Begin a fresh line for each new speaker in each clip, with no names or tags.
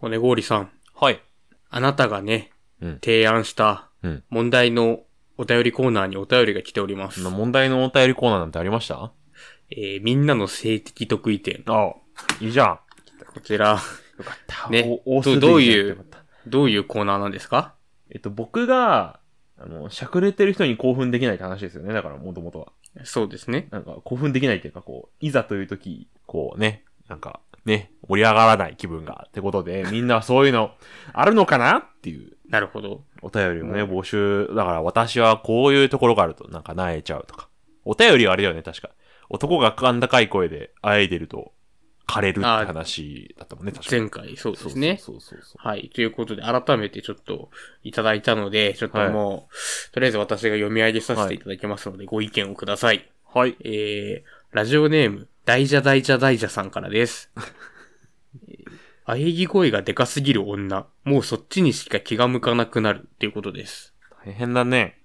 骨氷さん、
はい。
あなたがね、
うん
提案した
うん
問題のお便りコーナーにお便りが来ております。
問題のお便りコーナーなんてありましたあ
えーみんなの性的得意点。
あ、いいじゃん。よ
こちら、
かった
ね
お
ど
多数
どう
で
いう
じゃんって思った
どういうコーナーなんですか
えっと、僕が、あの、しゃくれてる人に興奮できないって話ですよね。だから、もともとは。
そうですね。
なんか、興奮できないっていうか、こう、いざという時、こうね、なんか、ね、盛り上がらない気分が、ってことで、みんなそういうの、あるのかなっていう、
なるほど。
お便りをね、
うん
募集。だから、私はこういうところがあると、なんか、なえちゃうとか。お便りはあれだよね、確か。男が甲高い声で、あえいでると、枯れるって話だったもんね、確か
前回、そうですね。
そうそうそうそう。
はい。ということで、改めてちょっといただいたので、ちょっともう、とりあえず私が読み上げさせていただきますので、ご意見をください。
はい。
えー、ラジオネーム、大蛇大蛇大蛇さんから です。えー喘ぎ声がでかすぎる女、もうそっちにしか気が向かなくなるっていうことです。
大変だね。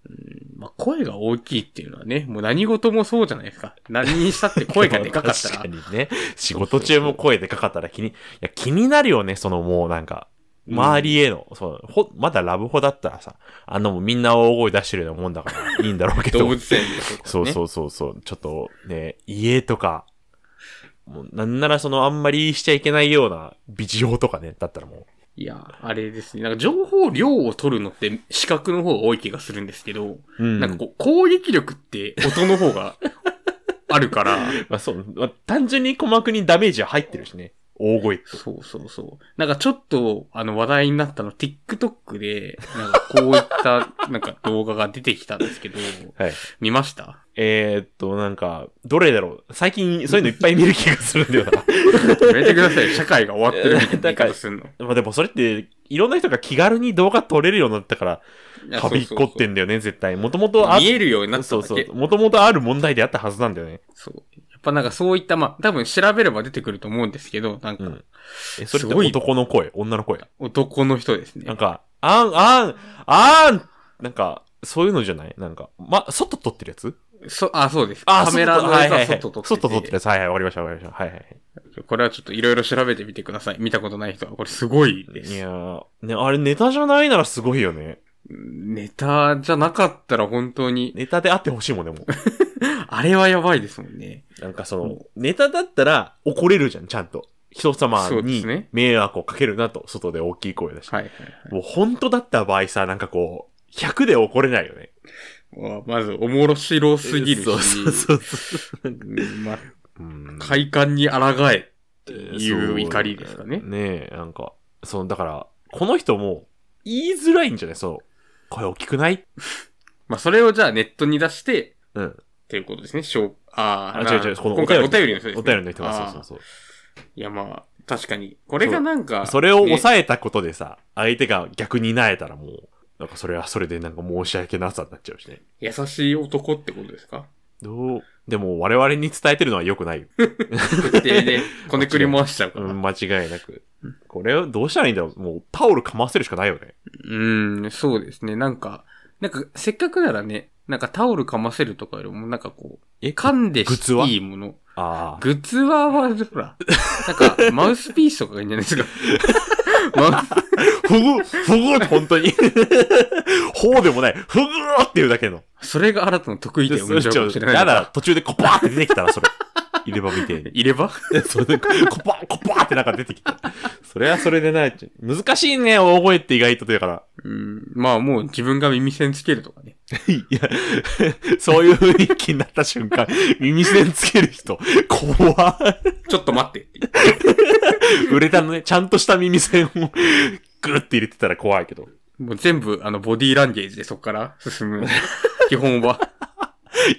まあ、声が大きいっていうのはね、もう何事もそうじゃないですか。何にしたって声がでかかったら
で、も 確かにね。仕事中も声でかかったら気に、いや、気になるよね、そのもうなんか、
うん
周りへの、そう、ほ、まだラブホだったらさ、あのもうみんな大声出してるようなもんだから、いいんだろうけど。
動物園で
そう
ね。
そうそうそう、ちょっとね、家とか、もうなんならそのあんまりしちゃいけないようなビジオとかね、だったらもう、
いや、あれですね。なんか情報量を取るのって視覚の方が多い気がするんですけど、
うん
なんかこう攻撃力って音の方があるから、
まあそう、まあ単純に鼓膜にダメージは入ってるしね、大声って。
そうそうそう。なんかちょっと、あの話題になったの、TikTok で、なんかこういった、なんか動画が出てきたんですけど、
はい。
見ました
えー、っと、なんか、どれだろう。最近、そういうのいっぱい見る気がするんだよな。
やめてください。社会が終わってるみたいな言い方すんの。
まあでもそれって、いろんな人が気軽に動画撮れるようになったから、
いや
はびっこっ
そうそう
てんだよね、絶対。もとも
そう
とあ
見えるようになった
そう
だけ。
そう。もともとある問題であったはずなんだよね。
そう。やっぱなんかそういった、まあ、多分調べれば出てくると思うんですけど、なん
う
か
ん。え、それっ
すご
て
い
男の声、女の声。
男の人ですね。
なんか、あん、あん、あんなんか、そういうのじゃないなんか、ま、外撮ってるやつ
そ、あ、そうです。
あ、
カメラの
外
やつ
撮は
はい
いははい
外撮ってて。
外撮ってるやつ。はいはい、わかりました、わかりました。はいはいはい。
これはちょっといろいろ調べてみてください。見たことない人は。これすごいで
い
す。
やー、ね、あれネタじゃないならすごいよね。
ネタじゃなかったら本当に、
ネタであってほしいもんね、 もう。
あれはやばいですもんね。
なんかその、
うん
ネタだったら怒れるじゃん、ちゃんと。人様
そうで
に
すね
迷惑をかけるなと、外で大きい声だし。
はいはい
もう本当だった場合さ、なんかこう、100で怒れないよね。
はい。わまず、おもろしろすぎるし、
そうそうそうそ
う
う。
んまあ、
うん
快感に抗え。いう
そう
怒りですかね
ねえ、なんか、その、だから、この人も言いづらいんじゃないその、声大きくない
まあ、それをじゃあネットに出して、
うん。
っていうことですね。しょう、あ
あ、
ー
違う違う、この
今回お便りの人です、ね。
お便りの人が、
あー
そうそうそう。
いや、まあ、確かに。これがなんか、
それを
ね
抑えたことでさ、相手が逆になえたらもう、なんかそれはそれでなんか申し訳なさになっちゃうしね。
優しい男ってことですか
どうでも我々に伝えてるのは良くないよ。
徹底で、 こねくり回しちゃうか
う
ら。
ん、間違いなく。これをどうしたらいいんだろうもうタオルかませるしかないよね。
うーん、そうですね。なんか、なんか、せっかくならね、なんかタオルかませるとかよりも、なんかこう、
え
噛んで
グツはい
いもの。
ああ。
グツワは、ほら、なんか、マウスピースとかがいいんじゃない ですか。マウス
ふぐ、ふぐって本当に。 ほうでもない。ふぐーっていうだけの。
それが新たな得意
で
点を
それ
生ん
ち
じゃうか
ょ
も
っ
し
と
れ
や
ない。
だ、途中でコパーって出てきたら、それ。入れ歯みてえに。
いれば
それで、コパコパってなんか出てきた。それはそれでない。難しいね、大声って意外とだから。
うん、まあもう自分が耳栓つけるとかね。
いや、そういう雰囲気になった瞬間、耳栓つける人、怖っ
ちょっと待ってって言って
ウレタンのね、ちゃんとした耳栓を、グって入れてたら怖いけど。
もう全部、あの、ボディーランゲージでそっから進 む。基本は。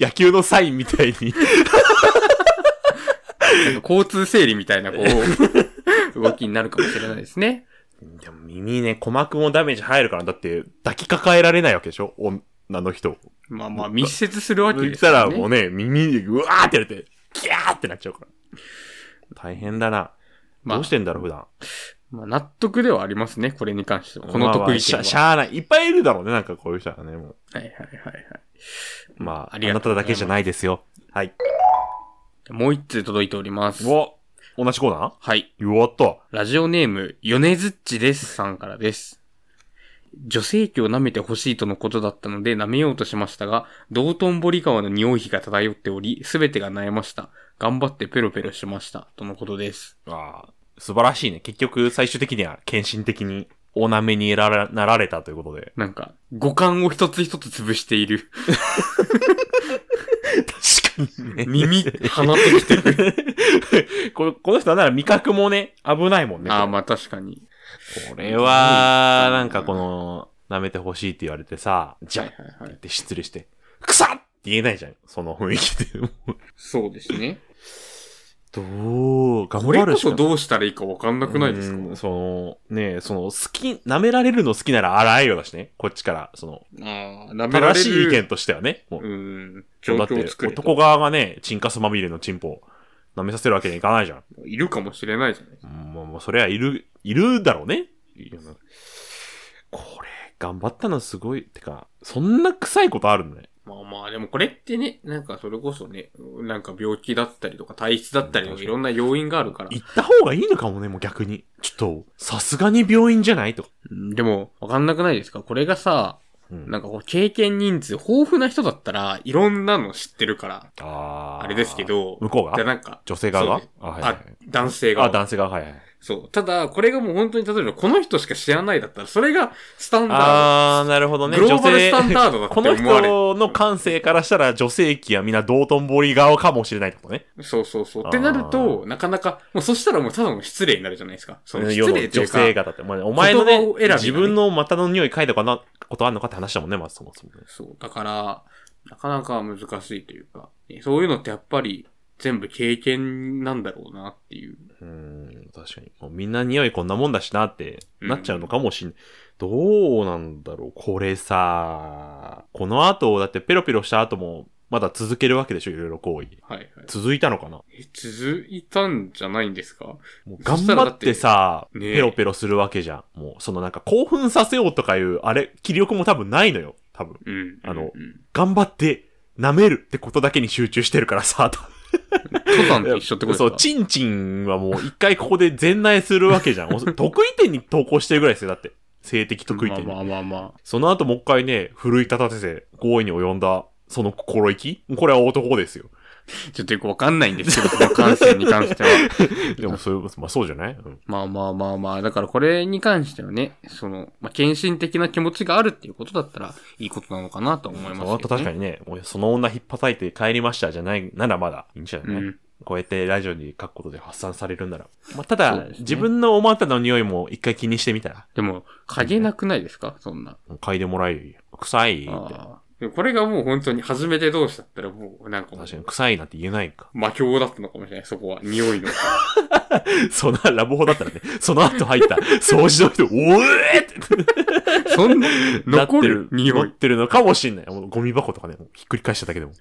野球のサインみたいに、
なんか交通整理みたいな、こう、 動きになるかもしれないですね。
でも耳ね、鼓膜もダメージ入るから、だって抱きかかえられないわけでしょ女の人を。
まあまあ、密接するわけ
言
で
っ
す
た
よ
ら
ね。
もうね、耳にうわーってやれて、キャーってなっちゃうから。大変だな。
まあ
どうしてんだろう、普段。
まあ、納得ではありますね、これに関しては。この得意点
まあまあしゃ
は。
しゃーない。いっぱいいるだろうね、なんかこういう人はね、もう。
はいはいはいはい。
まあ、あ
ありが
な
とう
ただけじゃないですよ。はい。
もう一通届いております。
お同じコーナ
はい。
ーやった。
ラジオネーム、ヨネズッチですさんからです。女性器を舐めてほしいとのことだったので舐めようとしましたが、道頓堀川の匂いが漂っており、すべてが悩ました。頑張ってペロペロしました。とのことです。。
ああ、素晴らしいね。結局、最終的には献身的に、おなめにならなられたということで
なんか、五感を一つ一つ潰している。
確かに ね
耳、鼻ときてる。
これこの人はなら味覚もね、危ないもん ね。
ああ、まあ確かに。
これは、なんかこの、舐めてほしいって言われてさ、じゃ
は
あ
いはいはい
っ。て失礼して、くさっって言えないじゃん。その雰囲気で。
そうですね。
どう、頑
こ
張
れ
る
こ
しか
そどうしたらいいかわかんなくないですか
うんその、ねえその、好き、舐められるの好きなら荒いよだしね。こっちから、その、
ああ、舐められ
正しい意
る。
見としてはね。もう
うん。
そ
状
うだっ
況
て
を作る。
男側がね、チンカスまみれのチンポを舐めさせるわけにはいかないじゃん。
いるかもしれないじゃないですか。
うんもう、もうそれはいる、いるだろうね。これ、頑張ったのすごい。てか、そんな臭いことあるのね。
まあまあ、でもこれってね、なんかそれこそね、なんか病気だったりとか体質だったりと
うん確か
か
に
いろんな要因があるから。
行った方がいいのかもね、もう逆に。ちょっと、さすがに病院じゃないとか。
うんでも、わかんなくないですかこれがさ、
うん
なんかこう経験人数豊富な人だったら、いろんなの知ってるから、
あー
あれですけ。ど、
向こう
じゃあ
が
なんか、
女性側が
そう
あ、はいはい
あ
はい。、
男性
あ、
が。
男性側、はいはい。
そう。ただ、これがもう本当に例えばこの人しか知らないだったら、それがスタンダード。
あー、なるほどね。
グローバルス
女
タン
性
ダードだって
この
思われる。
人の感性からしたら女性器はみんな道頓堀側かもしれないってことね。
そうそうそう。
あー
ってなると、なかなか、もうそしたらもうただの失礼になるじゃないですか。その失礼とい
女
うか、
性方って。まあお前の
言葉
ね
を選びがね
自分の股の匂い嗅いだことあんのかって話だもんね、まずそもそもね。
そう。だから、なかなか難しいというか、ねそういうのってやっぱり全部経験なんだろうなっていう。
うーん、確かに。もうみんな匂いこんなもんだしなって
うん
なっちゃうのかもしんない。どうなんだろう。これさ、この後、だってペロペロした後も、まだ続けるわけでしょ、いろいろ行為。
はいはい。
続いたのかな
え続いたんじゃないんですか
もう
そ
頑
したら
張
だっ
っててさ、
ねえ
ペロペロするわけじゃん。もう、そのなんか興奮させようとかいう、あれ、気力も多分ないのよ。多分。
うん。
あの
うんうん
頑張って、舐めるってことだけに集中してるからさ、
登山と一緒ってこ
そ
と
う、
ですか
チンチンはもう一回ここで全内するわけじゃ ん。お得意点に投稿してるぐらいですよ、だって。性的得意点に。
まあまあまあまあ。
その後もう一回ね、奮い立たせて、合意に及んだ、その心意気これは男で すよ。
ちょっとよくわかんないんですけど、この感染に関しては。
でもそういう、まあそうじゃないうん。
まあまあまあまあ、だからこれに関してはね、その、まあ、献身的な気持ちがあるっていうことだったら、いいことなのかなと思います
その後
けど
確か
ね。
にね、もうその女引っ叩いて帰りましたじゃない、ならまだいいんじゃない、
うん。
こうやってラジオに書くことで発散されるんなら。まあ、た
そう
だ、
ですね
自分のお股の匂いも一回気にしてみたら、
でも、嗅げなくないですかそんな。
嗅いでもらえるよ。臭いって。
あーでもこれがもう本当に初めて同士だったらもうなんかもう
確かに臭いなんて言えないか。
魔境だったのかもしれない、そこは。匂 いの。
その、ラブホだったらね、その後入った掃除の人、おえって
そんな、
なっ
残
て
る
る、
匂
残
い
っ。てるのかもしんない。もうゴミ箱とかね、ひっくり返しただけでも。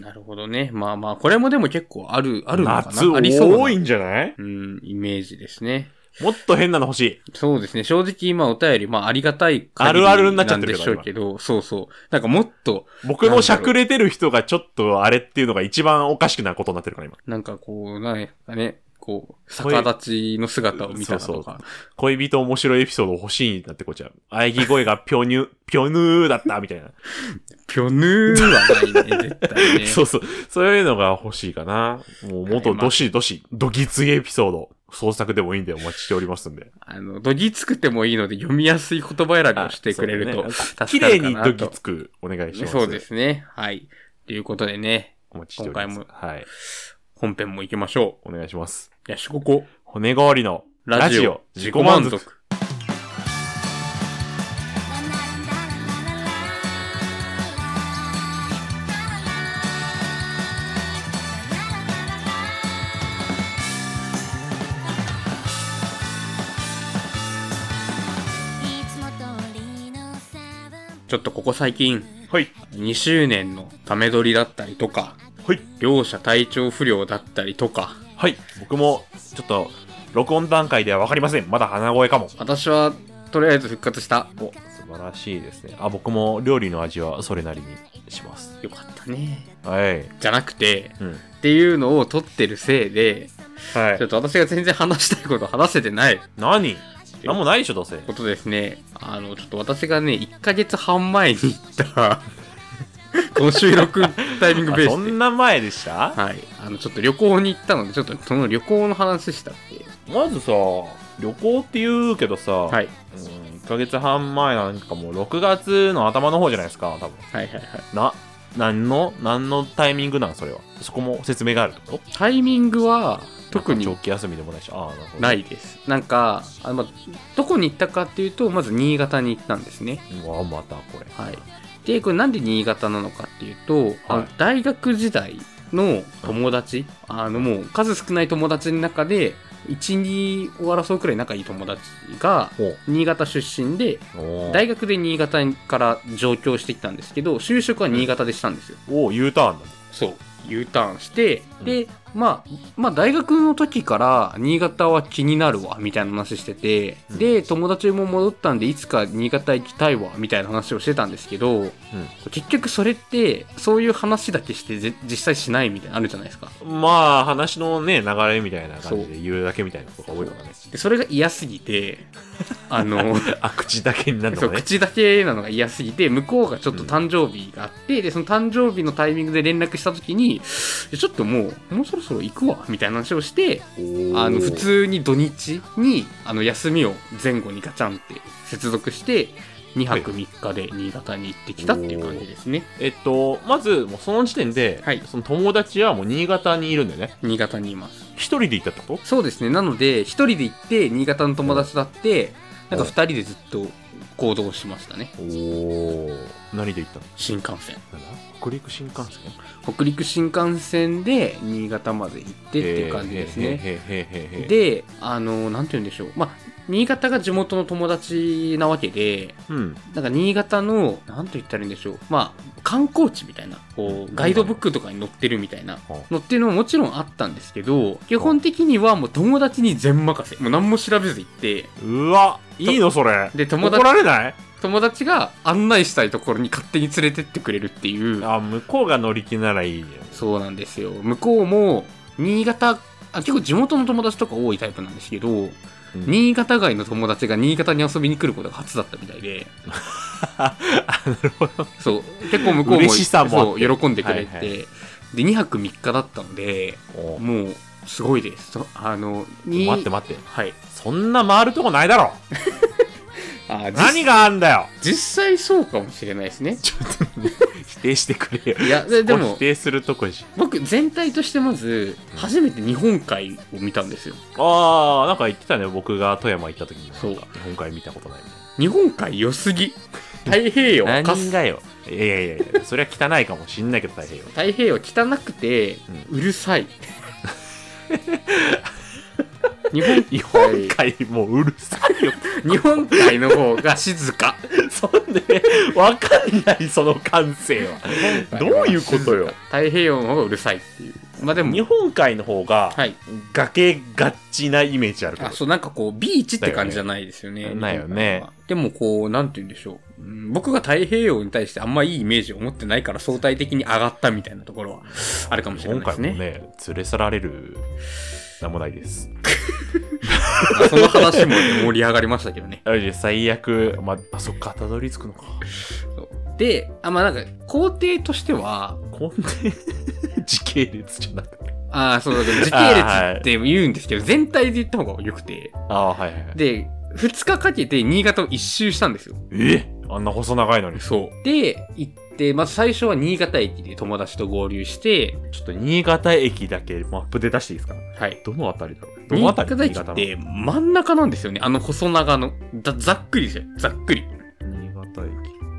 なるほどね。まあまあ、これもでも結構ある、あるのか
夏
なありそう
多い
な。
んじゃない
うん、イメージですね。
もっと変なの欲しい。
そうですね。正直今お便り、まあありがたい限り
あるあるになっちゃってる
んで
けど
しょうけど、そうそう。なんかもっと、
僕のしゃくれてる人がちょっとあれっていうのが一番おかしくなることになってるから今。
なんかこう、なんかね、こう、逆立ちの姿を見たらとか。
恋人面白いエピソード欲しいなってこっちゃ。あえぎ声がぴょにゅ、ぴょぬーだったみたいな。
ぴょぬーはないね、絶対ね。
そうそう。そういうのが欲しいかな。もうもっと
はいまあ
どしどし、どぎついエピソード、創作でもいいんでお待ちしておりますんで。
あの、どぎつくてもいいので読みやすい言葉選びをしてくれると
あ
助
綺
かる
麗
か
に
な
ど
と。
ぎつくお願いします。
そうで。すね。はい。ということでね、
お待ちしております。
今
はい。
本編も行きましょ
お願いします。
う。ヤシココ、
骨代わりの
ラジオ、自己満足。。ちょっとここ最近、
はい。
2周年のため撮りだったりとか、
はい。
両者体調不良だったりとか、
はい。僕も、ちょっと、録音段階ではわかりません。まだ鼻声かも。
私はとりあえず復活した。
お、素晴らしいですね。あ、僕も料理の味はそれなりにします。
よかったね。
はい。
じゃなくて、
うん。
っていうのを撮ってるせいで、
は
ちょ
い
っ。と私が全然話したいこと話せてない
何何もないでしょ、どうせ。
ことですね。あの、ちょっと私がね、1ヶ月半前に行った、 この収録タイミング
あ
ベー
そ
ス
ん
で。
な前でした
はい。あの、ちょっと旅行に行ったので、ちょっとその旅行の話したって。
まずさ、旅行って言うけどさ、
は。
はいうん、1ヶ月半前なんかもう6月の頭の方じゃないですか、多分。
はいはいはい。
な、何の、何のタイミングなんそれは。そこも説明があるってこと
タイミングは、特に
なんか長期休みでもないし。ああ、なるほど。。
ないいです。なんか、あのまあどこに行ったかっていうと、まず新潟に行ったんですね。
うわ、またこれ。
はい。で、これなんで新潟なのかっていうと、あの大学時代の友達、あのもう数少ない友達の中で、1、2を争うくらい仲いい友達が、新潟出身で、
お
大学で新潟から上京してきたんですけど、就職は新潟でしたんですよ。
おお U ターンだ。
そう。U ターンして、で、まあ、まあ大学の時から新潟は気になるわ、みたいな話してて、
うん
で、友達も戻ったんで、いつか新潟行きたいわ、みたいな話をしてたんですけど、結局それって、そういう話だけしてぜ実際しないみたいなのあるじゃないですか。
うん。まあ、話のね、流れみたいな感じで言うだけみたいなことが多いからね。
で、それが嫌すぎ て、あの、
あ、口だけになる
そ
の
う
ね。
口だけなのが嫌すぎて向こうがちょっと誕生日があって、でその誕生日のタイミングで連絡した時にちょっともうもうそろそろ行くわみたいな話をしてあの普通に土日にあの休みを前後にガチャンって接続して2泊3日で新潟に行ってきたっていう感じですね
えっと、まず、もうその時点で、
はい
その友達はもう新潟にいるんだよね。
新潟にいます
一人で行ったってこ
そうですねなので1人で行って新潟の友達だってなんか2人でずっと行動しましたね
とお何で行ったの
新幹線
なんだ北陸新幹線
北陸新幹線で新潟まで行ってっていう感じですね。
へーへーへーへーへーへー、
で、あの、なんて言うんでしょう。まあ、新潟が地元の友達なわけで、
うん。
なんか新潟の、なんと言ったらいいんでしょう。まあ、観光地みたいな、こう、ガイドブックとかに載ってるみたいな。
は
のっていうのももちろんあったんですけど、基本的にはもう友達に全任せ。もう何も調べず行って、
うわ、いいのそれ。
で友達
怒られない
友達が案内したいところに勝手に連れてってくれるっていう。
あ、向こうが乗り気ならいいね。
そうなんですよ。向こうも、新潟、あ結構地元の友達とか多いタイプなんですけど、
うん
新潟外の友達が新潟に遊びに来ることが初だったみたい で、そう、結構向こうも
嬉しさもあって
そう喜んでくれて、
はいはい
で、2泊3日だったので、
お
もう、すごいです。そあの、に
待って待って。
はい。
そんな回るとこないだろ。
あ
何
実
があんだよ。
実際そうかもしれないですね。
否定してくれよ。
いや、でで
ここ
も
否、定するとこし。
僕、全体としてまず、初めて日本海を見たんですよ。
あー、なんか言ってたね。僕が富山行った時に。
そう
なんか日本海見たことないみたいな。
日本海良すぎ。太平洋はか
何
す
がよ。いやいやいや、それは汚いかもしんないけど、太平洋。
太平洋汚くてうるさ い、日本
日本海もううるさいよ。
日本海の方が静か
そんで、わかんない、その感性は。どういうことよ
静か太平洋の方がうるさいっていうまあでも
日本海の方が、
はい
崖がちなイメージあるけど
あ。そうなんかこうビーチって感じじゃないですよね
だよねないよね
日本海はでもこうなんて言うんでしょううん僕が太平洋に対してあんまいいイメージを持ってないから相対的に上がったみたいなところはあるかもし
日
れな
本
いで
海
す
も
ね
ね、連れ去られる、なんもないです。
まあその話もね、盛り上がりましたけどね
あ最悪、まあ、あ、そっか、たどり着くのか。
であまあなんか工程としては
こんな時系列じゃなくて。
ああ、そうだ、時系列って言うんですけど、全体で言った方が良くて。
ああー、はいはいはい。
で、2日かけて新潟を一周したんですよ。
えあんな細長いのに。
そう。で、行って、まず最初は新潟駅で友達と合流して、
ちょっと新潟駅だけマップで出していいですか
はい。
どのあたりだろうど
新
のあたり
潟駅って真ん中なんですよね。あの細長の。ざざっくりですよ。ざっくり。
新潟駅。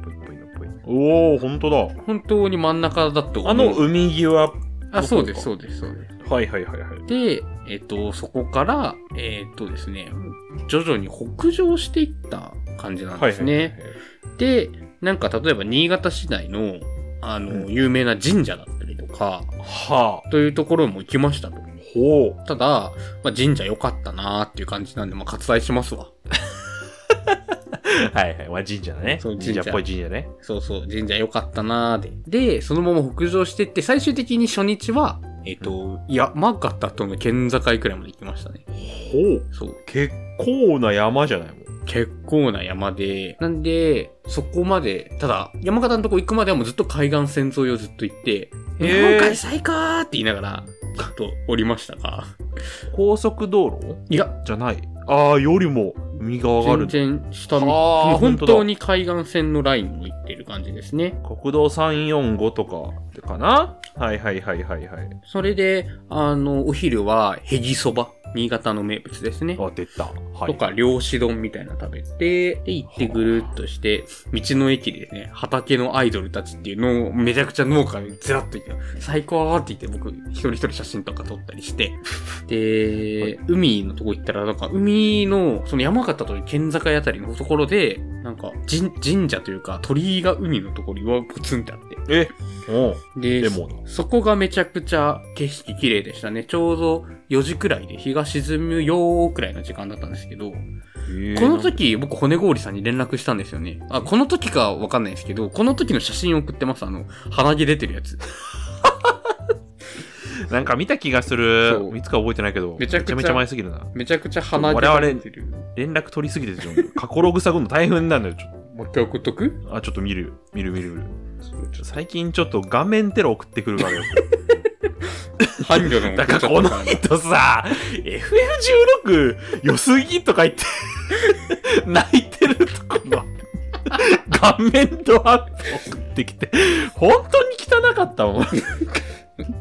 ぽいぽいのぽいの。おお、ほんとだ。
本当に真ん中だと思う。
あの海際。
あ、そうです、そうです、そうです。
はいはいはいはい。
で、えっと、そこから、えっとですね、徐々に北上していった感じなんですね。で、なんか例えば新潟市内の、あの、
うん
有名な神社だったりとか、
はあ。
というところも行きましたと。
ほう。
ただ、まあ、神社良かったなーっていう感じなんで、まあ、割愛しますわ。
はいはい。まあ神社だね。
そう
神
神社
社っぽい神社ね。
そうそう、神社良かったなーで。で、そのまま北上してって、最終的に初日は、えっ、と、山形との県境くらいまで行きましたね。
ほう。
そう。
結構な山じゃないもん。
結構な山で、なんで、そこまで、ただ、山形のとこ行くまではもうずっと海岸線沿いをずっと行って、
へー
日本海最高ーって言いながら、ずっと降りましたが、
高速道路
いや、
じゃない。ああ、よりも右側があ
全
る。
然下
あー
の、本
本当だ
当に海岸線のラインを行ってる感じですね。
国道345とかかなはいはいはいはいはい。
それで、あの、お昼は、へぎそば。新潟の名物ですね。
あ、出た。はい。
とか、漁師丼みたいなの食べて、で、行ってぐるっとして、道の駅でね、畑のアイドルたちっていうのを、めちゃくちゃ農家にずらっと行って、最高ーって言って、僕、一人一人写真とか撮ったりして、で、海のとこ行ったら、なんか、海の、その山形という県境あたりのところで、なんか、神神社というか、鳥居が海のところにわポツンってあって、
え、おう
で、
レモン
そこがめちゃくちゃ景色綺麗でしたね。ちょうど4時くらいで日が沈むよーくらいの時間だったんですけど、この時僕骨氷さんに連絡したんですよね。あ、この時かわかんないですけど、この時の写真送ってます。あの、鼻毛出てるやつ。
なんか見た気がする
そ。う
いつか覚えてないけど。
めちゃくちゃ
めちゃ前すぎるな。
めちゃくちゃ鼻毛
我々
出てる。
連絡取りすぎてて、過去ログ探るの大変なんだよ。ちょ
もう一回送っとく
あ、ちょっと見るよ。見る見る見る。最近ちょっと画面テロ送ってくるからよ。
伴侶の
だからこの人さ、FF16 良すぎとか言って、泣いてるとこの顔面ドアップ送ってきて、本当に汚かったもん。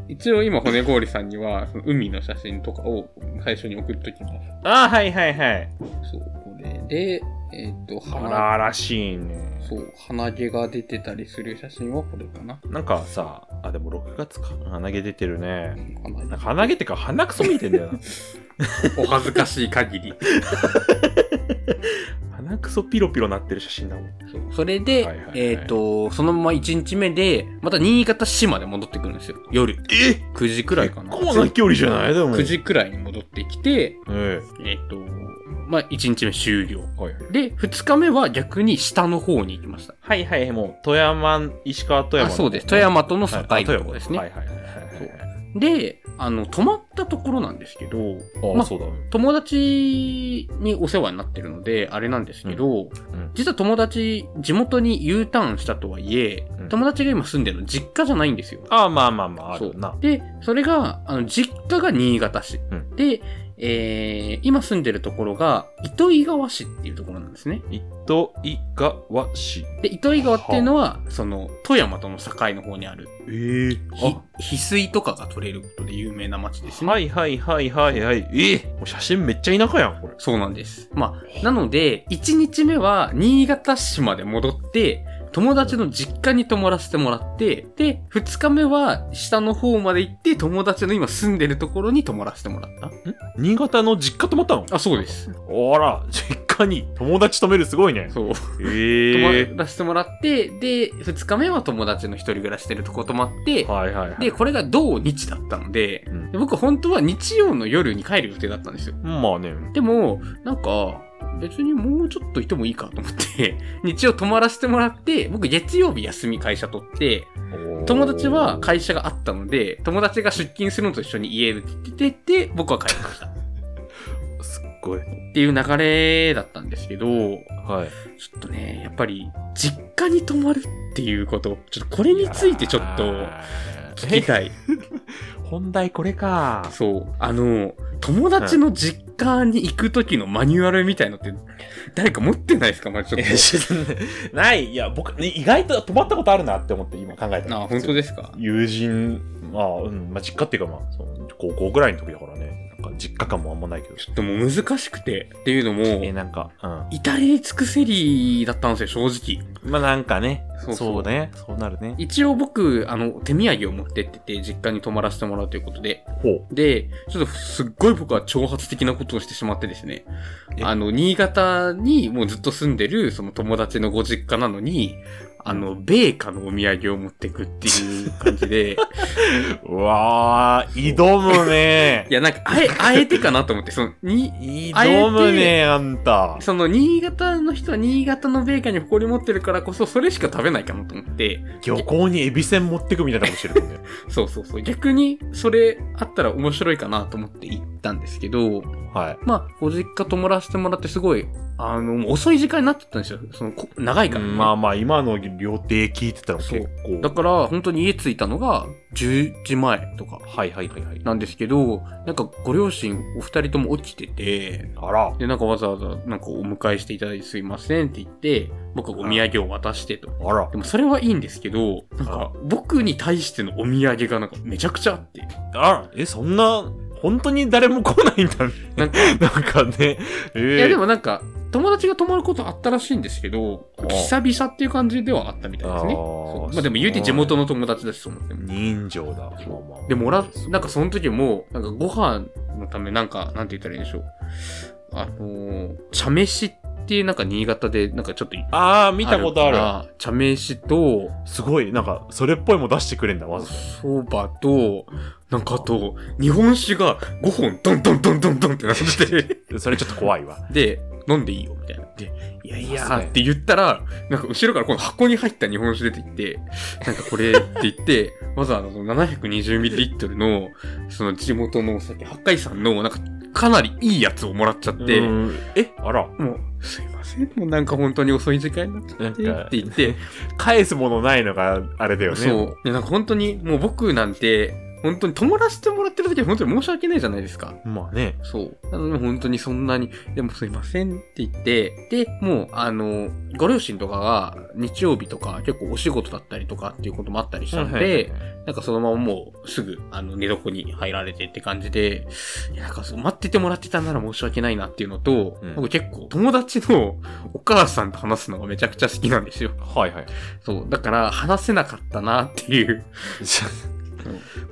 一応今骨氷さんには、その海の写真とかを最初に送っときま
あ、はいはいはい。
す。そう、これで、えっ、と、
荒
鼻
々しいね。
そう、鼻毛が出てたりする写真はこれかな。
なんかさ、あ、でも6月か。鼻毛出てるね。
鼻
なんか鼻毛ってか鼻くそ見てんだよな。
お恥ずかしい限り。
鼻くそピロピロなってる写真だもん。
そうそれで、
はいはいはい
えっ、と、そのまま1日目で、また新潟市まで戻ってくるんですよ。夜。
え
9時くらいかな。
こうな距離じゃないでも。
9時くらいに戻ってきて、
え
えっ、と、まあ、1日目終了。
えはい
で、2日目は逆に下の方に行きました。
はいはい、もう、富山、石川富山の。
あそうです富山との境の
はいあ
とこですね
はいはいはいはいはい
そうで、あの、泊まったところなんですけど、
ああ、
ま
そうだ。う
友達にお世話になってるので、あれなんですけど、
ん
実は友達、地元に U ターンしたとはいえ、
うん
友達が今住んでるの実家じゃないんですよ。
ああ、まあまあまあ、あ
そ
るな
う。。で、それが、あの、実家が新潟市。
うん
で、えー、今住んでるところが、糸魚川市っていうところなんですね。
糸魚川市。
で、糸魚川っていうのは、その、富山との境の方にある、
ええ
ひ翡翠とかが取れることで有名な町ですね。
はいはいはいはいはい。ええもう写真めっちゃ田舎やん、これ。
そうなんです。まあ、なので、1日目は新潟市まで戻って、友達の実家に泊まらせてもらって、で、2日目は下の方まで行って、友達の今住んでるところに泊まらせてもらった。
新潟の実家泊まったの
あ、そうです。
あら、実家に友達泊めるすごい ね。
そう。泊
ええ
まらせてもらって、で、2日目は友達の一人暮らしてるとこ泊まって、
はいはいはい。
で、これが同日だったので、
うん
で僕本当は日曜の夜に帰る予定だったんですよ。
まあね。
でも、なんか、別にもうちょっといてもいいかと思って、 日曜泊まらせてもらって、僕月曜日休み会社取って、友達は会社があったので、友達が出勤するのと一緒に家出てて、僕は帰りました。っ
すっごい。
ていう流れだったんですけど、
はい。
ちょっとね、やっぱり、実家に泊まるっていうこと、ちょっとこれについてちょっと聞きたい。
本題これか。
そう。あの、友達の実家に行く時のマニュアルみたいのって、誰か持ってないですかまあちょっ
え
と。
知らないない。いや、僕、意外と泊まったことあるなって思って今考えた。
あ、本当ですか
友人、まあ、うん、まあ実家っていうかまあ、その高校ぐらいの時だからね。なんか実家感もあんまないけど。
ちょっともう難しくて。っていうの
え、
も、
なんか、う
至れり尽くせりだったんですよ、正直。
ん。まあなんかね、
そ
そうう
そう
ね。そうなるね。
一応僕、あの、手土産を持ってってて、実家に泊まらせてもらうということで。
ほう。
で、ちょっとすっごい僕は挑発的なことをしてしまってですね
え。
あの、新潟にもうずっと住んでる、その友達のご実家なのに、あの、米花のお土産を持ってくっていう感じで、
うわー、挑むね
いや、なんか、あえ、あえてかなと思って、その、に、
挑むねあんた。
その、新潟の人は新潟の米花に誇り持ってるからこそ、それしか食べないかなと思って、
漁港にエビせん持ってくみたいなことしてるも んね。
そうそうそう、逆に、それあったら面白いかなと思って行ったんですけど、
はい。
まあ、ご実家泊まらせてもらって、すごい、あの、もう遅い時間になっちゃったんですよ。その、こ長いから、ね
まあまあ、今の料亭聞いてたら結構。
だから、本当に家着いたのが、10時前とか、
はいはいはいはい。
なんですけど、なんか、ご両親、お二人とも起きてて、
あら。
で、なんかわざわざ、なんかお迎えしていただいてすいませんって言って、僕はお土産を渡してと。
あら
で。もそれはいいんですけど、なん
あ
か僕に対してのお土産がなんかめちゃくちゃあって。
あら。え、そんな、本当に誰も来ないんだね。
なんか、
なんかね。えー、
いやでもなんか、友達が泊まることあったらしいんですけど、
あ
久々っていう感じではあったみたいですね。
あー
そうまあ
す
で
ご
も
い
言うて地元の友達だしと思って。
人情だ。
でもら、なんか
そ
その時も、なんかご飯のためなんか、なんて言ったらいいんでしょう。あのー茶飯ってなんか新潟でなんかちょっと
ああ、見たことある。
から茶飯と、
すごい、なんか、それっぽいもん出してくれんだ、まず。
そばと、なんかあと、日本酒が5本ドンドンドンドンドンってなってて、
それちょっと怖い わ。
で、飲んでいいよ、みたいな。で、いやいや
さすが
ー
や
って言ったら、なんか後ろからこの箱に入った日本酒出てきて、なんかこれって言って、 わざわざその 720ml の、その地元のお酒、八海山の、なんかかなりいいやつをもらっちゃって、
うん、え、あら、
もう、すいません、もうなんか本当に遅い時間になっち
なん
ゃっ
か
て、って言って、
返すものないのがあれだよね。
そう。でなんか本当に、もう僕なんて、本当に友達ともらってる時は本当に申し訳ないじゃないですか。
まあね。
そう。なので本当にそんなに、でもすいませんって言って、で、もう、あの、ご両親とかが日曜日とか結構お仕事だったりとかっていうこともあったりしたので、なんかそのままもうすぐ、あの、寝床に入られてって感じで、いや、なんかそう待っててもらってたなら申し訳ないなっていうのと、
うん
僕結構友達のお母さんと話すのがめちゃくちゃ好きなんですよ。
はいはい。
そう。だから話せなかったなっていう。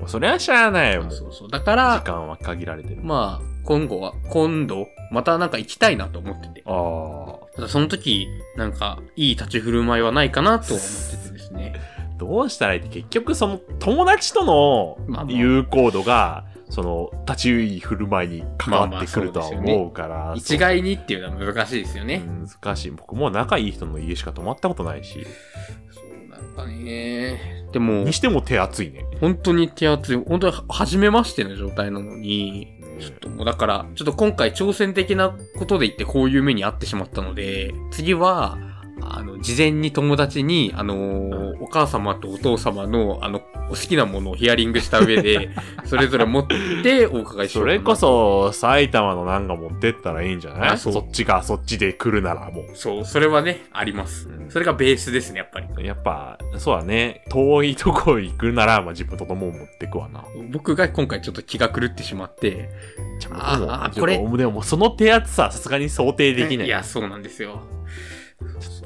もうそれはしゃあないよ、もう。時
そうそう。だから、
間は限られてる。
まあ、今後は、今度、またなんか行きたいなと思ってて。
ああ。
ただその時、なんか、いい立ち振る舞いはないかなとは思っててですね。
どうしたらいいって結局その友達との
まあまあ
友好度がその立ち居振る舞いに関わってくるとは思うから
一概にっていうのは難しいですよね。
そう難しい僕もう仲いい人の家しか泊まったことないし
そうなんかね。でも
に、しても手厚いね
本当に手厚い、本当に初めましての状態なのに、ちょっともうだから、ちょっと今回挑戦的なことで言ってこういう目に遭ってしまったので、次は、あの、事前に友達に、あのーお母様とお父様の、あの、お好きなものをヒアリングした上で、それぞれ持ってお伺いしよ
そう
かな
れこ。そ埼玉のなんか持ってったらいいんじゃな
あ
い
そ
そうっちがそっちで来るならも
そう、それはね、あります。
うん
それがベースですね、やっぱり。
うやっぱそうだね遠いとこ行くならまあ自分とも持ってくわな
僕が今回ちょっと気が狂ってしまって、
ちょっと
あー
もう
あー
ちょっと
これ
でもその手厚さはさすがに想定できない
いや、そうなんですよ。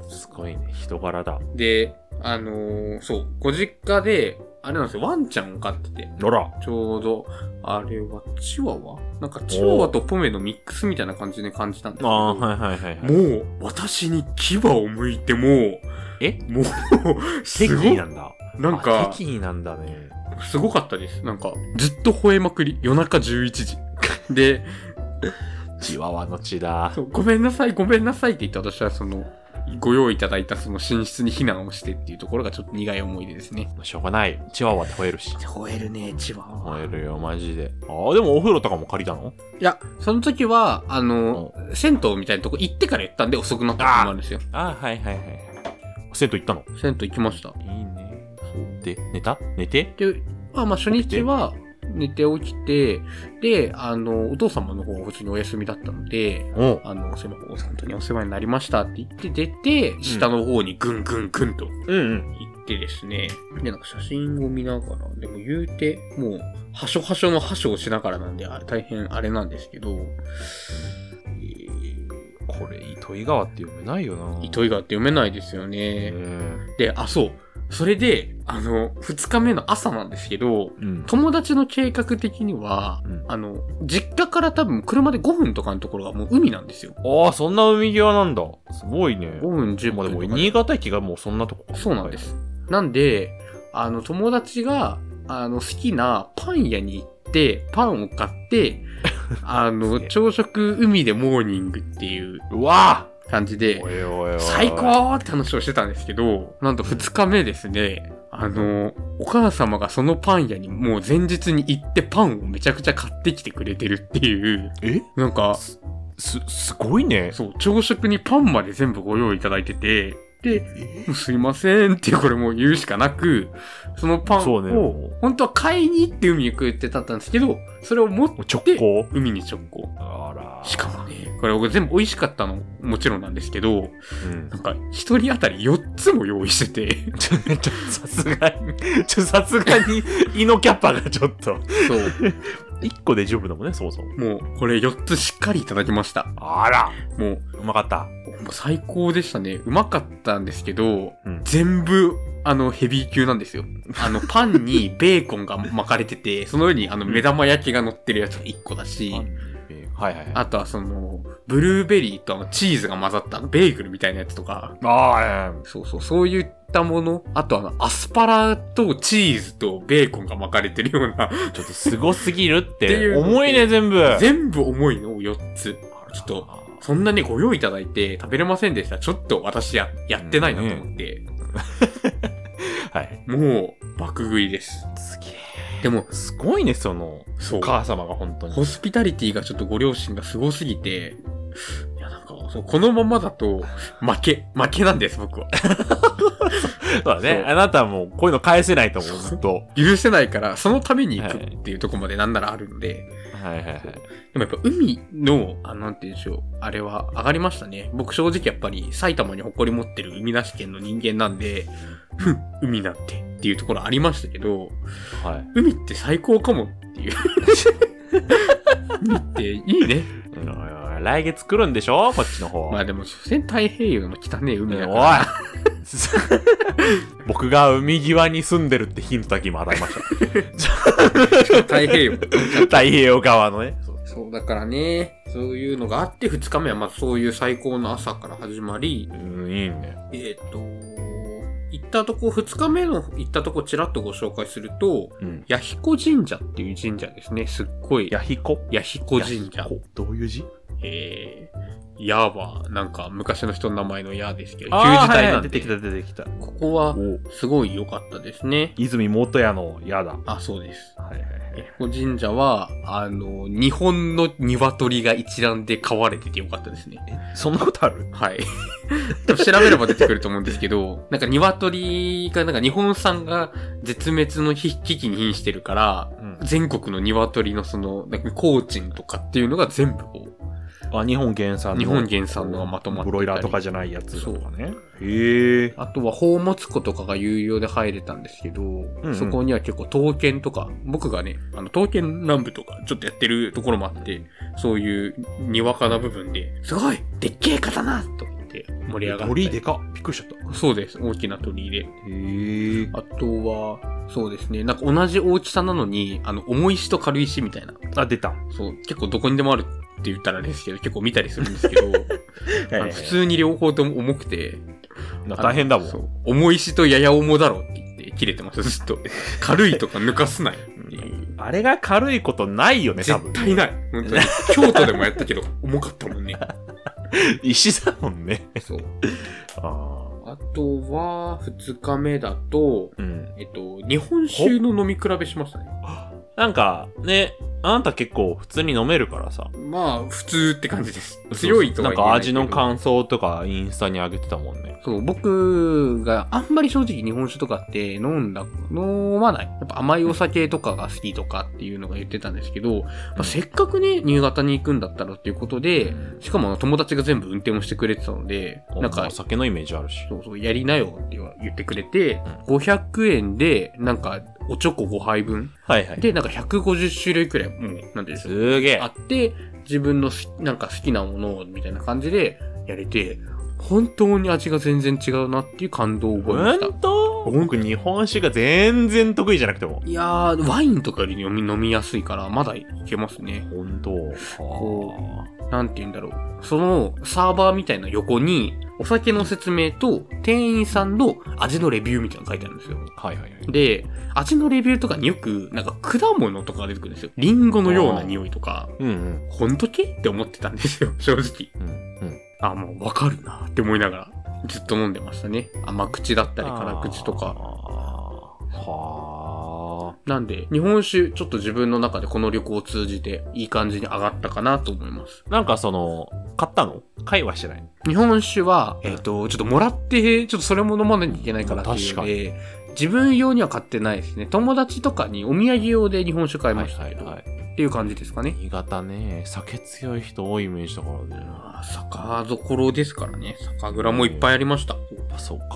すごいね人柄だ
で、あのーそう、ご実家で、あれなんですよ、ワンちゃんを飼ってて、
あら
ちょうど、あれはチワワなんかチワワとポメのミックスみたいな感じで感じたんですけど、
ああー、はいはいはいはい。
もう、私に牙を向いてもう、
え
もう、
敵
すご
意
い、
な
なん
だ。
んか、
敵意なんだね。
すごかったです。なんか、ずっと吠えまくり、夜中11時。で、
チワワの血だ
そ。うごめんなさい、ごめんなさいって言った私は、その、ご用意いただいたその寝室に避難をしてっていうところがちょっと苦い思い出ですね。
しょうがない。チワワって吠えるし。
吠えるね、チワワ
吠えるよ、マジで。ああ、でもお風呂とかも借りたの
いや、その時は、あの、銭湯みたいなとこ行ってから言ったんで遅くなったこともあるんですよ。
ああ、はいはいはいはい。銭湯行ったの
銭湯行きました。
いいね。で、寝た寝て
で、まあまあ初日は寝て起きて、で、あの、お父様の方は普通にお休みだったので、
おう。
あの、すいません、本当にお世話になりましたって言って出て、下の方にぐんぐんぐんと
うんうん。
行ってですね、で、なんか写真を見ながら、でも言うて、もう、はしょはしょのはしょをしながらなんで、あれ大変あれなんですけど、
これ、糸魚川って読めないよな。
糸魚川って読めないですよね。
ね。
で、あ、そう。それで、あの、二日目の朝なんですけど、
うん。
友達の計画的には、
うん
あの、実家から多分車で5分とかのところがもう海なんですよ。
ああ、そんな海際なんだ。すごいね
5。分10
まあ
分と
で
か
も、
で
新潟駅がもうそんなとこ
そうなんです。なんで、あの、友達が、あの、好きなパン屋に行って、パンを買 って、あの、朝食海でモーニングっていう
うわ
感じで
お、いおいおいおい
最高って話をしてたんですけど、なんと2日目ですね、あの、お母様がそのパン屋にもう前日に行ってパンをめちゃくちゃ買ってきてくれてるっていう、
え
なんか、
す、すすごいね。
そう、朝食にパンまで全部ご用意いただいてて、で、
え
もうすいませんってこれもう言うしかなく、そのパン
そうね。
を、
も
本当は買いに行って海に行くってだったんですけど、それを持っ
う直
て、
行
海に直行。
あら。
しかもね、これ僕全部美味しかったのもちろんなんですけど、
うん
なんか一人当たり4つも用意してて、
ちょ、ちょ、さすがに、ちょ、さすがに、胃のキャパがちょっと。
そう、
1個で十分だもんね、そもそも。
もうこれ4つしっかりいただきました。
あら。
もう、
うまかった。
もう最高でしたね。うまかったんですけど、
うん
全部、あの、ヘビー級なんですよ。あ の、パンにベーコンが巻かれてて、その上にあの、目玉焼きが乗ってるやつが1個だし、
はいはいはい。
あとはその、ブルーベリーとあのチーズが混ざったあのベーグルみたいなやつとか、
あー
そうそう、そういったもの、あとあの、アスパラとチーズとベーコンが巻かれてるような、
ちょっとすごすぎるっ
ってい
て。
う
重いね、全部。
全部重いのを4つ。ちょっと、
と
そんなにご用意いただいて食べれませんでした。ちょっと私や、やってないなと思って、
はい。
もう、爆食いです。
すげえ。
でも、
すごいね、その、
そ
お
う。
母様が本当に。
ホスピタリティがちょっとご両親がすごすぎて、いや、なんか、そうこのままだと、負け、負けなんです、僕は。
そうだね。
そう
あなたはもう、こういうの返せないと思う、ずっと。
許せないから、そのために行くっていうとこまでなんならあるので、
はいはいはい。
でもやっぱ海の、あの、なんて言うんでしょう、あれは上がりましたね。僕正直やっぱり埼玉に誇り持ってる海なし県の人間なんで、ふん、海なんてっていうところありましたけど、
はい。
海って最高かもっていう。 海っていいね。
うん来月来るんでしょこっちの方。
まあでも、所詮太平洋の汚い海だか
お
ら。
い 僕が海際に住んでるってヒントだけ今与えま した。
太平洋。
太平洋側のね。
そう、だからね、そういうのがあって、2日目はまあそういう最高の朝から始まり、
うん、いいね。
えっ、と、行ったとこ、2日目の行ったとこちらっとご紹介すると、
うん。
弥彦神社っていう神社ですね。すっごい。
ヤヒコ
弥彦神社。
どういう字
えー、やは、なんか昔の人の名前のやですけど、旧
あー
字体
はい
な
は
んで、
い出てきた出てきた。
ここは
お
すごい良かったですね。
泉元屋の矢だ。は
あ、そうです。
いはいはい。
弥彦神社は、あの、日本の鶏が一覧で飼われてて良かったですね。
そんなことある
はい。多分調べれば出てくると思うんですけど、なんか鶏が、なんか日本産が絶滅の危機に瀕してるから、
うん。
全国の鶏のその、なんかコーチンとかっていうのが全部こう、
あ、日本原産の。
日本原産のがまとまってたり
ブロイラーとかじゃないやつとかね。へえ。
あとは宝物庫とかが有料で入れたんですけど、
うん
そこには結構刀剣とか、僕がね、あの刀剣南部とかちょっとやってるところもあって、そういうにわかな部分で、すごいでっけえ刀と思って盛り上がったり。
鳥でかっびっくりしちゃった。
そうです、大きな鳥居で。
へえ。
あとは、そうですね。なんか同じ大きさなのに、あの、重い石と軽い石みたいな。
あ、出た。
そう、結構どこにでもあるって言ったらあれですけど、結構見たりするんですけ ど、あの普通に両方とも重くて。
な大変だも
あの
ん。
そう重い石とやや重だろって言って切れて ます、ずっと。軽いとか抜かすなよっていう。
あれが軽いことないよね、 多分
絶。対ない。本当に。京都でもやったけど、重かったもんね。
石だもんね。
そう。
ああ。
あとは、二日目だと、
うん。
えっと、日本酒の飲み比べしましたね。
なんか、ね、あなた結構普通に飲めるからさ。
まあ、普通って感じです。強いと
な
は
ん
言え
か
ないけ
味
ど
の感想とかインスタに上げてたもんね。
そう、僕があんまり正直日本酒とかって飲んだ、飲まない。やっぱ甘いお酒とかが好きとかっていうのが言ってたんですけど、まあせっかくね、新潟に行くんだったらっていうことで、しかも友達が全部運転をしてくれてたので、な
な
んん
か
か、
酒のイメージあるし。
そうそう、やりなよって言ってくれて、500円で、なんか、おちょこ5杯分。
はいはい。
で、なんか150種類くらい、もう、なんていうんですか
すげえ
あ。って、自分のすなんか好きなものをみたいな感じでやれて、本当に味が全然違うなっていう感動を覚えました。
本当僕日本酒が全然得意じゃなくても。
いやー、ワインとかより飲み飲みやすいから、まだいけますね。
本当。
こう、なんて言うんだろう。そのサーバーみたいな横に、お酒の説明と店員さんの味のレビューみたいなの書いてあるんですよ。
はいはいはい。
で、味のレビューとかによく、なんか果物とかが出てくるんですよ。リンゴのような匂いとか、
うんうん。
ほんとけって思ってたんですよ、正直。
うんうん。
あ、もうわかるなって思いながら、ずっと飲んでましたね。甘口だったり辛口とか。
あー。は
なんで、日本酒、ちょっと自分の中でこの旅行を通じて、いい感じに上がったかなと思います。
あ。なんかその、買ったの会話してない。
日本酒は、
うん
えっ、と、ちょっともらって、ちょっとそれも飲まなきゃいけないからっていうので、自分用には買ってないですね。友達とかにお土産用で日本酒買いましたけど、
い。
っていう感じですかね。
新潟ね、酒強い人多いイメージだからね。や
まあ酒どころですからね。酒蔵もいっぱいありました。
っぱそうか。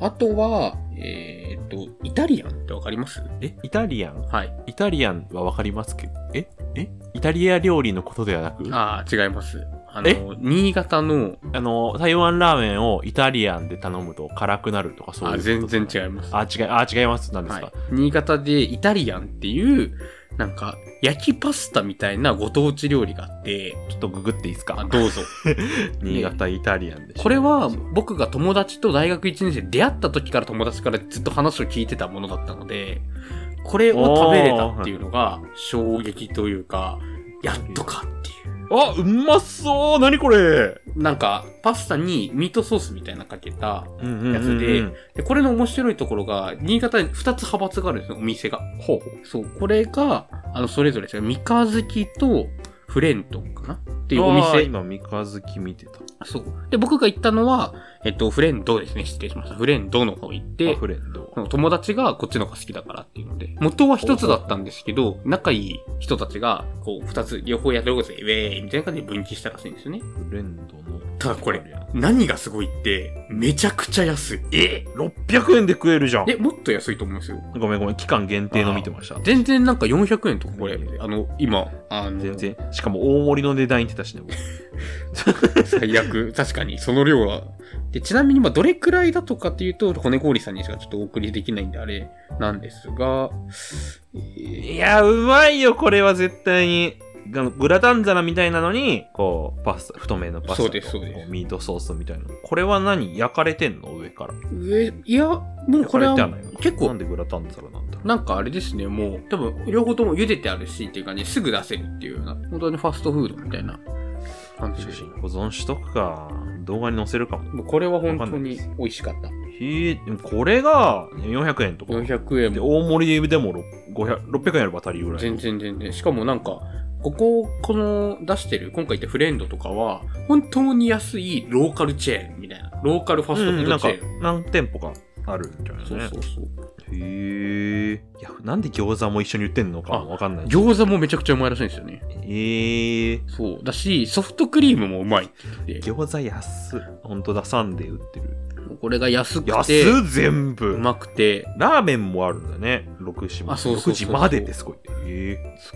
あとは、えーっと、イタリアンってわかります
え、イタリアン
はい。
イタリアンはわかりますけど、ええイタリア料理のことではなく、あ
ああ、違います。あの
え、
新潟の、
の、台湾ラーメンをイタリアンで頼むと辛くなるとかそういう
あ
こと
全然違
う。
います。
あ、違い、あ、違います。何です
は
か、
い。新潟でイタリアンっていう、なんか、焼きパスタみたいなご当地料理があって、
ちょっとググっていいです
あ
か
どう ぞ。
新潟イタリアンでしょ
これは、僕が友達と大学1年生で出会った時から友達からずっと話を聞いてたものだったので、これを食べれたっていうのが衝撃というか、やっとかっていう。
あ、うまそう何これ
なんか、パスタにミートソースみたいなのかけた。
うん
やつでで、これの面白いところが、新潟に2つ派閥があるんですよ、お店が。
ほうほ
そう、これが、あの、それぞれですよ。三日月とフレントかなっていうお店。
今、三日月見てた。
そう。で、僕が行ったのは、えっと、フレンドですね。失礼しました。フレンドの方行って
ア、フレンド。
その友達がこっちの方が好きだからっていうので、元は一つだったんですけど、仲いい人たちが、こう、二つ、両方やってることで、ウェーイみたいな感じで分岐したらしいんですよね。
フレンドの。
ただこれ。何がすごいって、めちゃくちゃ安い。え
600円で食えるじゃん
え、もっと安いと思うんですよ。
ごめんごめん、期間限定の見てました。
全然なんか400円とかこれ
ね、
あの、今、あの、
全然。しかも大盛りの値段言ってたしね、僕。
最悪。確かに、その量は。で、ちなみに、まあ、どれくらいだとかっていうと、骨氷さんにしかちょっとお送りできないんで、あれなんですが、えー
いや、うまいよ、これは絶対に。あのグラタン皿みたいなのに、こう、パスタ、太めのパスタと。
そうですそうです
こミートソースみたいな。これは何焼かれてんの上から。
上、いや、もうこれは
焼かてないの、
結
な
構
ん、でグラタン皿なんだろう。
なんかあれですね、もう、多分、両方とも茹でてあるし、っていうかね、すぐ出せるっていうような、本当にファストフードみたいな感じ
写
です
真。保存しとくか。動画に載せるかも。
もうこれは本当に美味しかった。
ひえ、でもこれが400円とか。
400円
で、
も
大盛りでも600 600円あれば足りるぐらい。
全然全然。しかもなんか、ここ、この出してる、今回言ったフレンドとかは、本当に安いローカルチェーンみたいな。ローカルファストフ
う
ー
んな
ド
ん
チ
か
ェーン。
何店舗かあるんじゃない
そうそうそう。
へえ。いや、なんで餃子も一緒に売ってんのかもわかんない。
餃子もめちゃくちゃうまいらしいんですよね。
ええ。
そう。だし、ソフトクリームもうまいって言ってて。
餃子安っ。ほんとだ、サンデー売ってる。
これが安く
安
て、
っ全
う
部。
まくて、
ラーメンもあるんだね。6時ま
あ
で。
そうそうそう
6時までってすごい。ええ。す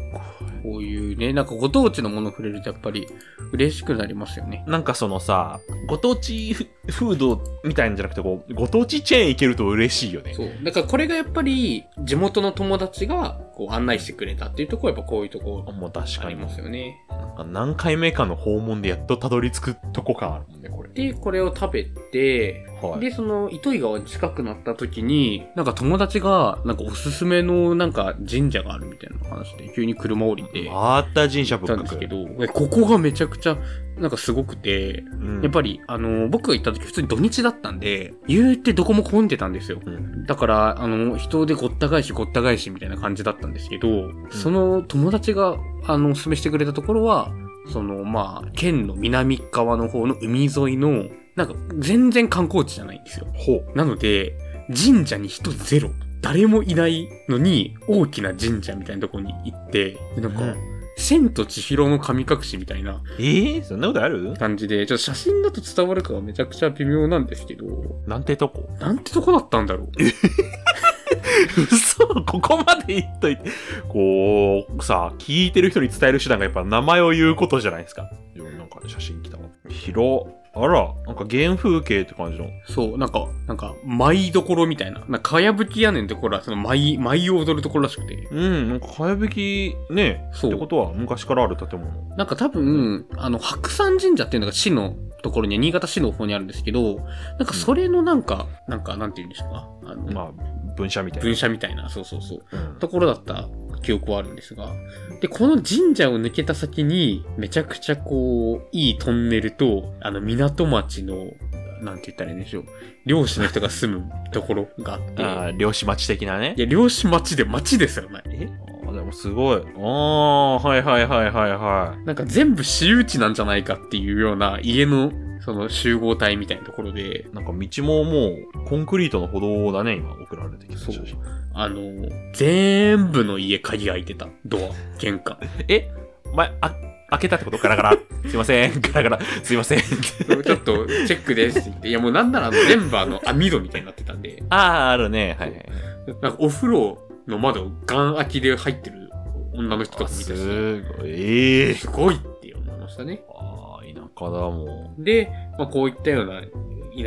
ごい。
こういうね、なんかご当地のもの触れるとやっぱり嬉しくなりますよね。
なんかそのさ、ご当地フフードみたいなんじゃなくて、こう、ご当地チェーン行けると嬉しいよね。
そう。だからこれがやっぱり地元の友達がこう案内してくれたっていうところはやっぱこういうとこ
もう確
あ
か
り
に。
ますよね。
なんか何回目かの訪問でやっとたどり着くとこ感あるもんね、これ。
で、これを食べて、
はい。
で、その、糸魚川に近くなった時に、なんか友達が、なんかおすすめの、なんか神社があるみたいな話で、急に車降りて、行っ
また神社
た
仏
んですけ
閣。
ど、ここがめちゃくちゃ、なんかすごくて、やっぱ
り、
り、あの、僕が行った時普通に土日だったんで、言うてどこも混んでたんですよ。
うん
だから、あの、人でごった返しごった返しみたいな感じだったんですけど、その友達が、あの、お勧めしてくれたところは、その、まあ、県の南側の方の海沿いの、なんか、全然観光地じゃないんですよ。
ほう。
なので、神社に人ゼロ。誰もいないのに、大きな神社みたいなとこに行って、でなんか、
うん
千と千尋の神隠しみたいな
えー、そんなことある
感じで、ちょっと写真だと伝わるかはめちゃくちゃ微妙なんですけど、
なんてとこ
なんてとこだったんだろう。
嘘ここまで言っといて。こう、さ、聞いてる人に伝える手段がやっぱ名前を言うことじゃないですか。いやなんか写真来たわ。広。あら、なんか原風景って感じの。
そう、なんか、なんか、舞どころみたいな。なんか、かやぶき屋根のところは、その舞、舞を踊るところらしくて。
うん、なんか、かやぶき、ね
そ
ってこ
う。
とは、昔からある建物。
なんか多分、あの、白山神社っていうのが市のところに、新潟市の方にあるんですけど、なんかそれのなんか、なんか、なんて言うんでしょうか。あの、
まあ、分社みたいな。
分社みたいな、そうそうそう。
うん
ところだった記憶はあるんですが。で、この神社を抜けた先に、めちゃくちゃこう、いいトンネルと、あの、港町の、なんて言ったらいいんでしょう。漁師の人が住むところがあって。
あー漁師町的なね
い。や、漁師町で町ですよね。
えあーでもすごい。ああ、はいはいはいはいは
なんか全部私有地なんじゃないかっていうような家のその集合体みたいなところで、
い。なんか道ももう、コンクリートの歩道だね、今、送られてきた写真
そあの、全部の家鍵が開いてた。ドア、玄関。
え前、あ、開けたってことガラガラ。 すいません。ガラガラ。すいません。
ちょっとチェックですって言って、いやもうなんならあの全部あの網戸みたいになってたんで、
あ あ、ある ね。はいはい。
なんかお風呂の窓ガン開きで入ってる女の人と
あ
か見たし、
すごい。ええ
すごいって思いましたね。
ああ、田舎だも
で、まあ、こういったような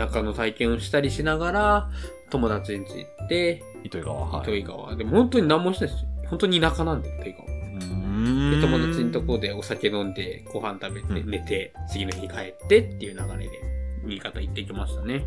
田舎の体験をしたりしながら、友達ん家行って、
ん。糸魚川、はい。
糸魚川。でも本当に何もしないですよ。本当に田舎なんで、糸魚川。
うーん
で、友達のとこでお酒飲んで、ご飯食べて、
うん
寝て、次の日帰ってっていう流れで、新潟行ってきましたね。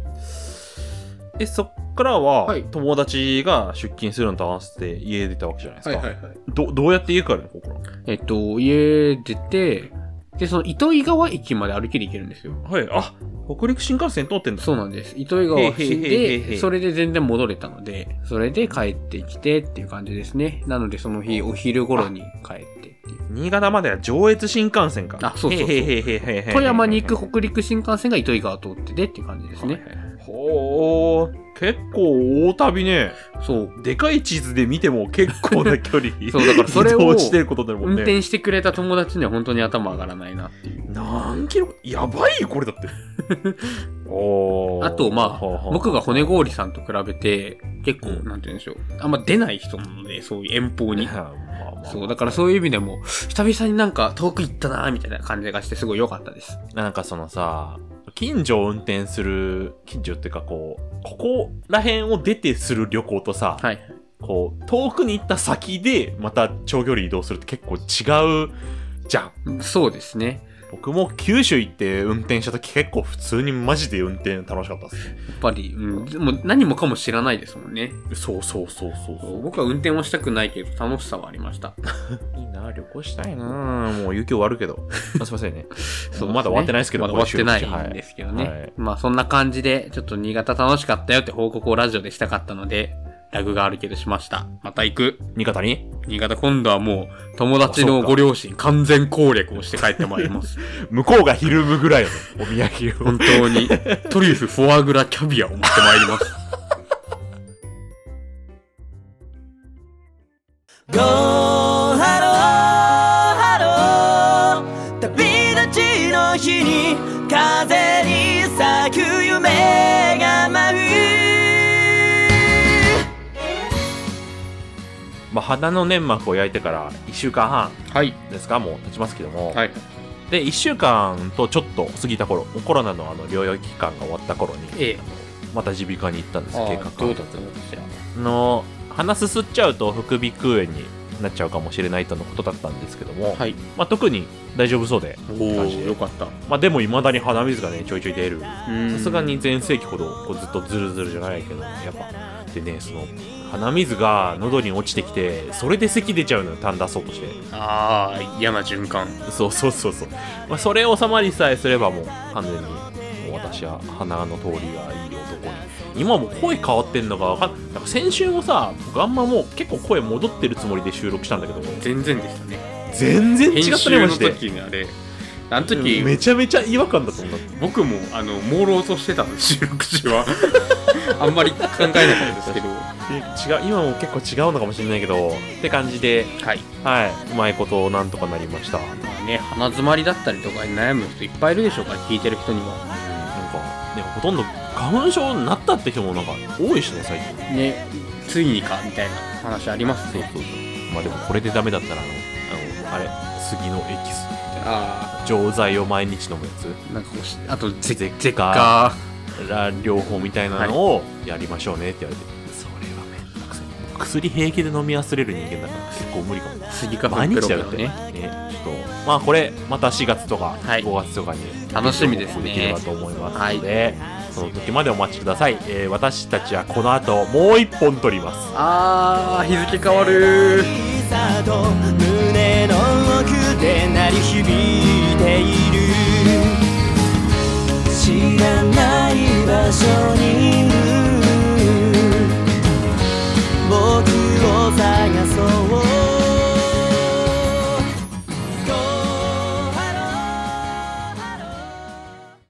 え、そっからは、
はい
友達が出勤するのと合わせて家出たわけじゃないですか。
いはい。
どどうやって家帰るのここか
えっと、家出て、で、その糸魚川駅まで歩きで行けるんですよ。
ら。はい。あ、北陸新幹線通ってんだ。
そうなんです。糸魚川を
へ
し
いへいへいへ
て、
い
それで全然戻れたので、それで帰ってきてっていう感じですね。なのでその日、お昼頃に帰ってっていう。
新潟までは上越新幹線か。
あそうそうそう
へいへいへいへいへいへい
富山に行く北陸新幹線が糸魚川通っててっていう感じですね。。
ほー、結構大旅ね。
そう。
でかい地図で見ても結構な距 離。
そう、だからそれ
移
を
動してることになるも
運
んね。
転してくれた友達には本当に頭上がらないな。
何キロやばいよ、これだ って。おー
あとまあ
ははは
僕が骨氷さんと比べて、結構、
うん
なんて言うんでしょう。あんま出ない人なので、そういう遠方
い
に
や。まあまあ
そう、だからそういう意味でも、久々になんか遠く行ったなーみたいな感じがして、すごい良かったです。
なんかそのさ、近所を運転する、近所っていうかこう、ここら辺を出てする旅行とさ、
はい。
こう、遠くに行った先でまた長距離移動するって結構違うじゃん。
そうですね。
僕も九州行って運転した時結構普通にマジで運転楽しかったっす。
やっぱり、うん、もう何もかも知らないですもんね。
そうそうそうそう
そう僕は運転はしたくないけど、楽しさはありま した。
いいな、旅行したいな。もう雪終わるけど。 あすいませんね。
そう
まだ終わってないですけど、
まだ終わって
この
な
収
いん
録
で
し
すけどね。
はい
まあそんな感じで、ちょっと新潟楽しかったよって報告をラジオでしたかったので、ラグがあるけどしました。また行く。
はい。新潟に
新潟今度はもう、友達のご両親完全攻略をして帰ってまいり ます。
向こうが昼部ぐらいの お土産を。
本当に、トリュフ、フォアグラ、キャビアを持ってまいります。
ゴーハローハロー旅立ちの日に風に咲く夢が舞う
まあ、鼻の粘膜を焼いてから1週間半
はい。
ですかもう経ちますけども、
はい。
で1週間とちょっと過ぎた頃コロナのあの療養期間が終わった頃に
ええ。
また耳鼻科に行ったんです
あ
計
あ
画
どうだったのかしら。
の鼻すすっちゃうと副鼻腔炎になっちゃうかもしれないとのことだったんですけども、
はい。
まあ、特に大丈夫そうで、
お
感じ
ー、
で
よかった。
まあ、でもいまだに鼻水がねちょいちょい出るさ
さ
すがに全盛期ほどこうずっとズルズルじゃないけどやっぱでねその鼻水が喉に落ちてきてそれで咳出ちゃうのよ痰出そうとして
ああ、嫌な循環。
そうそうそうそう、まあ、それ収まりさえすればもう完全にもう私は鼻の通りがいい男に今もう声変わってんのかわかんなんか先週もさ僕あんまもう結構声戻ってるつもりで収録したんだけど
全然でしたね。
全然
編
違った
集
ねマ
の
ジで
時にあれ、あの
う
時
ん、めちゃめちゃ違和感だと思った
僕も、あの、朦朧としてたの、収録中 は。あんまり考えなかったですけど。は
違う今も結構違うのかもしれないけどって感じで
い。
はいうまいことなんとかなりましたなんか
まあね、鼻詰まりだったりとかに悩む人いっぱいいるでしょうから、聞いてる人には。
ねほとんど花粉症になったって人もなんか多いしね最近
ね、ついにか、みたいな話あります
そう
ね。
そうそう。まあでもこれでダメだったらあの、あの、あれ、杉のエキスみたい
あ
錠剤を毎日飲むや
あ、なんか欲しい。あと、ゼ
ゼッカー
ッカ
つら療法みたいなのをやりましょうねって言われて、それはめんどくせえ薬平気で飲み忘れる人間だから結構無理かも
ー、スギ花
毎
粉
日
ペ
だ
ロペ
よ
ロ
ってね
ね。
ちょっとまあこれまた4月とか
はい
5月とかに、
楽しみですね
できればと思いますので、その時までお待ちください、えー私たちはこの後もう一本撮ります
あー、日付変わるー。
胸の奥で鳴り響いてい